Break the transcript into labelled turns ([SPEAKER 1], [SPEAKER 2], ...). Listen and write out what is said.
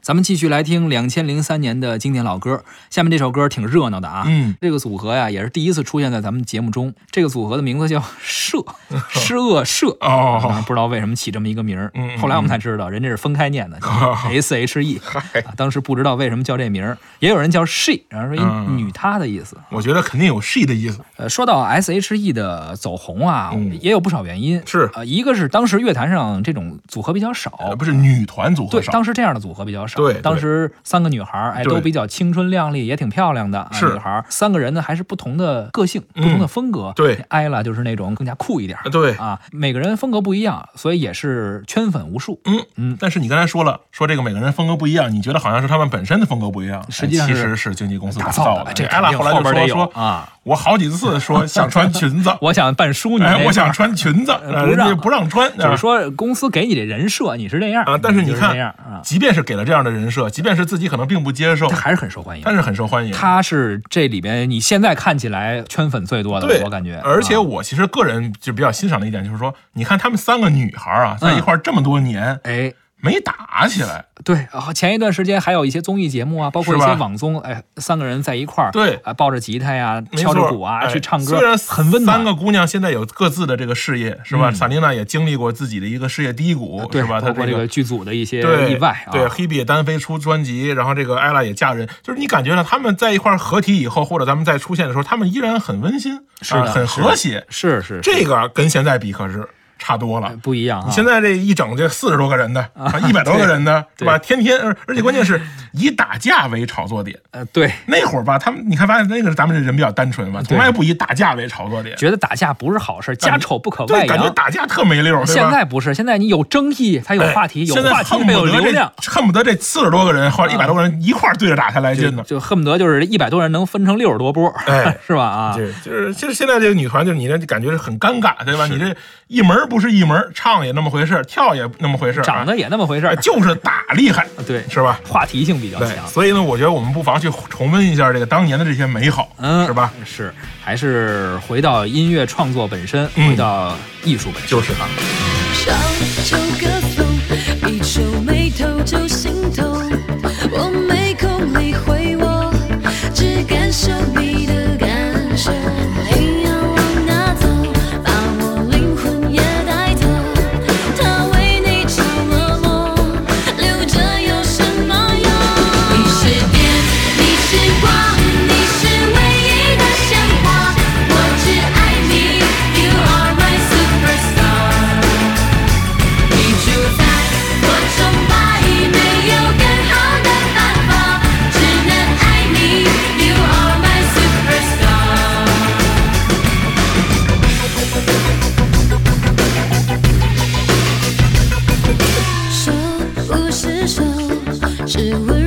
[SPEAKER 1] 咱们继续来听两千零三年的经典老歌，下面这首歌挺热闹的啊。
[SPEAKER 2] 嗯，
[SPEAKER 1] 这个组合呀，也是第一次出现在咱们节目中。这个组合的名字叫 社，施恶社。
[SPEAKER 2] 哦
[SPEAKER 1] 啊不知道为什么起这么一个名儿。
[SPEAKER 2] 嗯嗯
[SPEAKER 1] 后来我们才知道，人家是分开 念的，S H E。
[SPEAKER 2] 嗨，
[SPEAKER 1] 啊，当时不知道为什么叫这名儿，也有人叫 she，然后说一
[SPEAKER 2] 嗯
[SPEAKER 1] 女她的意思。
[SPEAKER 2] 我觉得肯定有 she 的意思。
[SPEAKER 1] 呃，说到 S H E 的走红啊，
[SPEAKER 2] 嗯
[SPEAKER 1] 也有不少原因。
[SPEAKER 2] 是
[SPEAKER 1] 呃，一个是当时乐坛上这种组合比较
[SPEAKER 2] 呃
[SPEAKER 1] 少。
[SPEAKER 2] 不是女团组合
[SPEAKER 1] 哦对，
[SPEAKER 2] 少，
[SPEAKER 1] 当时这样的组合比较少。
[SPEAKER 2] 对对
[SPEAKER 1] 当时三个女孩儿，哎，
[SPEAKER 2] 对
[SPEAKER 1] 都比较青春靓丽，也挺漂亮的。啊、
[SPEAKER 2] 是嗯
[SPEAKER 1] 女孩儿，三个人呢还是不同的个性，不同的风格。
[SPEAKER 2] 对
[SPEAKER 1] 艾拉就是那种更加酷一点儿
[SPEAKER 2] 呃对，
[SPEAKER 1] 啊，每个人风格不一样，所以也是圈粉无数。
[SPEAKER 2] 嗯
[SPEAKER 1] 嗯
[SPEAKER 2] 嗯。但是你刚才说了，说这个每个人风格不一样，你觉得好像是他们本身的风格不一样，
[SPEAKER 1] 实际上
[SPEAKER 2] 哎其
[SPEAKER 1] 是
[SPEAKER 2] 实是经纪公司
[SPEAKER 1] 打
[SPEAKER 2] 打
[SPEAKER 1] 造的
[SPEAKER 2] 的。
[SPEAKER 1] 这
[SPEAKER 2] 艾拉
[SPEAKER 1] 肯定
[SPEAKER 2] 后来
[SPEAKER 1] 后边得
[SPEAKER 2] 就
[SPEAKER 1] 有
[SPEAKER 2] 说说
[SPEAKER 1] 啊，，
[SPEAKER 2] 我好几次说想穿裙子
[SPEAKER 1] 我想扮淑女那
[SPEAKER 2] 哎，
[SPEAKER 1] 块儿，
[SPEAKER 2] 我想穿裙子，呃
[SPEAKER 1] 不
[SPEAKER 2] 人家
[SPEAKER 1] 让
[SPEAKER 2] 不让穿，
[SPEAKER 1] 就是
[SPEAKER 2] 啊
[SPEAKER 1] 说公司给你这人设，你是这样
[SPEAKER 2] 啊但是
[SPEAKER 1] 你
[SPEAKER 2] 你
[SPEAKER 1] 就是
[SPEAKER 2] 看哦
[SPEAKER 1] 这样啊，
[SPEAKER 2] 即便是给了这样的人设，即便是自己可能并不接受
[SPEAKER 1] 他，还是很受欢迎。
[SPEAKER 2] 但是很受欢迎。
[SPEAKER 1] 他是这里边你现在看起来圈粉最多
[SPEAKER 2] 对
[SPEAKER 1] 的，，我感觉。
[SPEAKER 2] 而且
[SPEAKER 1] 啊
[SPEAKER 2] 我其实个人就比较欣赏的一点就是说，你看他们三个女孩啊，
[SPEAKER 1] 嗯
[SPEAKER 2] 在一块儿这么多年
[SPEAKER 1] 哎，
[SPEAKER 2] 没打起来，
[SPEAKER 1] 对，啊前一段时间还有一些综艺节目啊，包括一
[SPEAKER 2] 是
[SPEAKER 1] 些
[SPEAKER 2] 吧
[SPEAKER 1] 网综，哎，三个人在一块儿，
[SPEAKER 2] 对
[SPEAKER 1] 啊，抱着吉他呀，
[SPEAKER 2] 没
[SPEAKER 1] 敲着
[SPEAKER 2] 错
[SPEAKER 1] 鼓啊，
[SPEAKER 2] 哎
[SPEAKER 1] 去唱歌，
[SPEAKER 2] 虽然
[SPEAKER 1] 很温暖
[SPEAKER 2] 三。个姑娘现在有各自的这个事业，是吧？
[SPEAKER 1] 嗯呃
[SPEAKER 2] 萨琳娜也经历过自己的一个事业低谷，
[SPEAKER 1] 对，
[SPEAKER 2] 是吧？她
[SPEAKER 1] 包括这
[SPEAKER 2] 个
[SPEAKER 1] 个剧组的一些
[SPEAKER 2] 对
[SPEAKER 1] 意外啊，
[SPEAKER 2] 对，黑比也单飞出专辑，然后这个艾拉也嫁人，就是你感觉到他们在一块儿合体以后，或者咱们再出现的时候，他们依然很温馨，
[SPEAKER 1] 是的
[SPEAKER 2] 啊很
[SPEAKER 1] 是的
[SPEAKER 2] 和谐。
[SPEAKER 1] 是是
[SPEAKER 2] 这个跟现在比可是差多了。
[SPEAKER 1] 不一样啊。
[SPEAKER 2] 你现在这一整这四十多个人的，一百多个人的，是
[SPEAKER 1] 对
[SPEAKER 2] 吧？天天，而而且关键是以打架为炒作点。
[SPEAKER 1] 呃，对，
[SPEAKER 2] 那会儿吧，他们你看发现那个咱们这人比较单纯嘛，从来不以打架为炒作点。
[SPEAKER 1] 觉得打架不是好事，家丑不可外
[SPEAKER 2] 对，感觉
[SPEAKER 1] 扬。
[SPEAKER 2] 打架特没溜儿，对吧
[SPEAKER 1] 现在不是，现在你有争议才有
[SPEAKER 2] 哎
[SPEAKER 1] 话题，有
[SPEAKER 2] 现在
[SPEAKER 1] 话题
[SPEAKER 2] 恨
[SPEAKER 1] 才
[SPEAKER 2] 不
[SPEAKER 1] 有
[SPEAKER 2] 得
[SPEAKER 1] 流量。
[SPEAKER 2] 这恨不得这四十多个人或者一百多个人一块儿对着打才来
[SPEAKER 1] 就
[SPEAKER 2] 劲呢。
[SPEAKER 1] 就恨不得就是一百多人能分成六十多波，
[SPEAKER 2] 哎
[SPEAKER 1] 是吧？啊，
[SPEAKER 2] 对，就是就是现在这个女团，就是你这感觉是很尴尬，对吧？你这一门儿不是一门儿，唱也那么回事儿，跳也那么回事儿，
[SPEAKER 1] 长得也那么回事
[SPEAKER 2] 啊
[SPEAKER 1] 儿，
[SPEAKER 2] 就是打厉害，
[SPEAKER 1] 对，
[SPEAKER 2] 是吧？
[SPEAKER 1] 话题性比较
[SPEAKER 2] 对，
[SPEAKER 1] 强。
[SPEAKER 2] 所以呢，我觉得我们不妨去重温一下这个当年的这些美好，
[SPEAKER 1] 嗯，
[SPEAKER 2] 是吧？？
[SPEAKER 1] 是，还是回到音乐创作本身，
[SPEAKER 2] 嗯
[SPEAKER 1] 回到艺术本身，
[SPEAKER 2] 就是
[SPEAKER 1] 啊。
[SPEAKER 3] 少抽个风，一皱眉头就心痛。我没空理会我，只感受你的感受。你要往哪走，把我灵魂也带走。他为你着了魔，留着有什么用？你是电，你是光，你是唯一的神话。我只爱你，You are my superstar。你住在我崇拜，没有更好的办法，只能爱你。You are my superstar。手不释手，只为